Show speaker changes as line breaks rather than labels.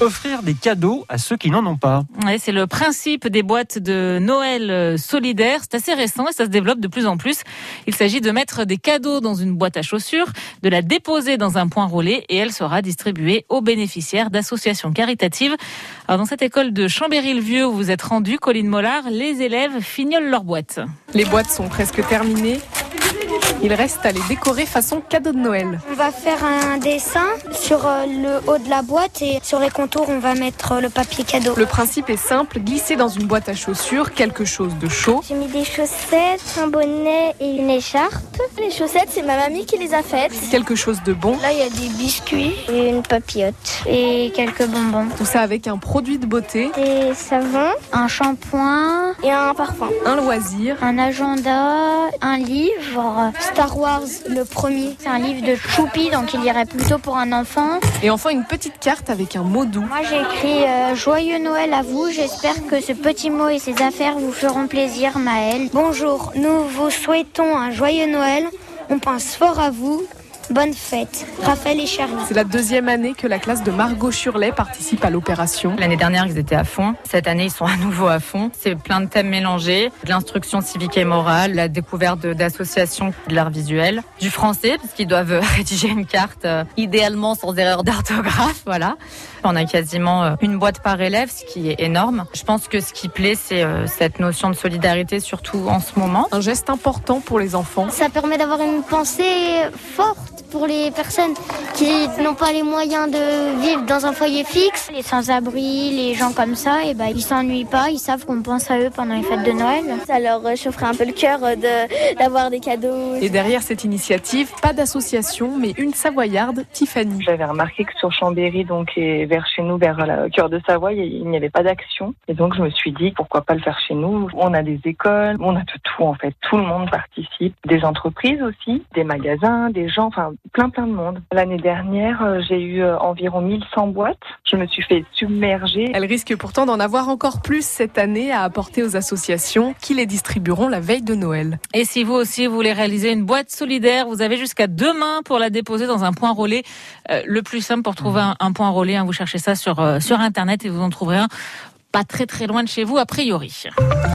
offrir des cadeaux à ceux qui n'en ont pas.
Ouais, c'est le principe des boîtes de Noël euh, solidaires. C'est assez récent et ça se développe de plus en plus. Il s'agit de mettre des cadeaux dans une boîte à chaussures, de la déposer dans un point relais et elle sera distribuée aux bénéficiaires d'associations caritatives. Alors, dans cette école de Chambéry-le-Vieux où vous êtes rendu, Colline Mollard, les élèves fignolent leur boîte.
Les boîtes sont presque terminées. Il reste à les décorer façon cadeau de Noël.
On va faire un dessin sur euh, le haut de la boîte et sur les contours, on va mettre euh, le papier cadeau.
Le principe est simple, glisser dans une boîte à chaussures quelque chose de chaud.
J'ai mis des chaussettes, un bonnet et une écharpe. Les chaussettes, c'est ma mamie qui les a faites.
Quelque chose de bon,
Là, il y a des biscuits et une papillote et quelques bonbons.
tout ça avec un produit de beauté,
Des savons,
un shampoing,
et un parfum.
un loisir,
un agenda, un livre.
Star Wars, le premier.
C'est un livre de choupi, donc il irait plutôt pour un enfant.
et enfin une petite carte avec un mot doux.
Moi j'ai écrit euh, Joyeux Noël à vous, j'espère que ce petit mot et ses affaires vous feront plaisir Maël.
Bonjour, nous vous souhaitons un joyeux Noël. On pense fort à vous. Bonne fête. Raphaël et Charlie.
C'est la deuxième année que la classe de Margot Churlet participe à l'opération.
L'année dernière, ils étaient à fond. Cette année, ils sont à nouveau à fond. C'est plein de thèmes mélangés. De l'instruction civique et morale, la découverte de- d'associations de l'art visuel, du français, parce qu'ils doivent euh, rédiger une carte, euh, idéalement sans erreur d'orthographe, voilà. On a quasiment euh, une boîte par élève, ce qui est énorme. Je pense que ce qui plaît, c'est euh, cette notion de solidarité, surtout en ce moment.
Un geste important pour les enfants.
Ça permet d'avoir une pensée forte pour les personnes qui n'ont pas les moyens de vivre dans un foyer fixe. Les sans-abri, les gens comme ça, et ben ils s'ennuient pas, ils savent qu'on pense à eux pendant les fêtes de Noël.
Ça leur euh, chaufferait un peu le cœur euh, d'avoir des cadeaux.
Et derrière cette initiative, pas d'association, mais une savoyarde, Tiffany.
J'avais remarqué que sur Chambéry, donc, et vers chez nous, vers le cœur de Savoie, il il n'y avait pas d'action. Et donc, je me suis dit, pourquoi pas le faire chez nous On a des écoles, on a de tout, en fait. Tout le monde participe. Des entreprises aussi, des magasins, des gens, enfin, plein, plein de monde. L'année dernière, euh, j'ai eu euh, environ 1100 boîtes. Je me suis fait submerger.
Elle risque pourtant d'en avoir encore plus cette année à apporter aux associations qui les distribueront la veille de Noël.
Et si vous aussi voulez réaliser une boîte solidaire, vous avez jusqu'à demain pour la déposer dans un point relais. Euh, le plus simple pour trouver un, un point relais, hein, vous cherchez ça sur, euh, sur Internet et vous en trouverez un pas très très loin de chez vous a priori.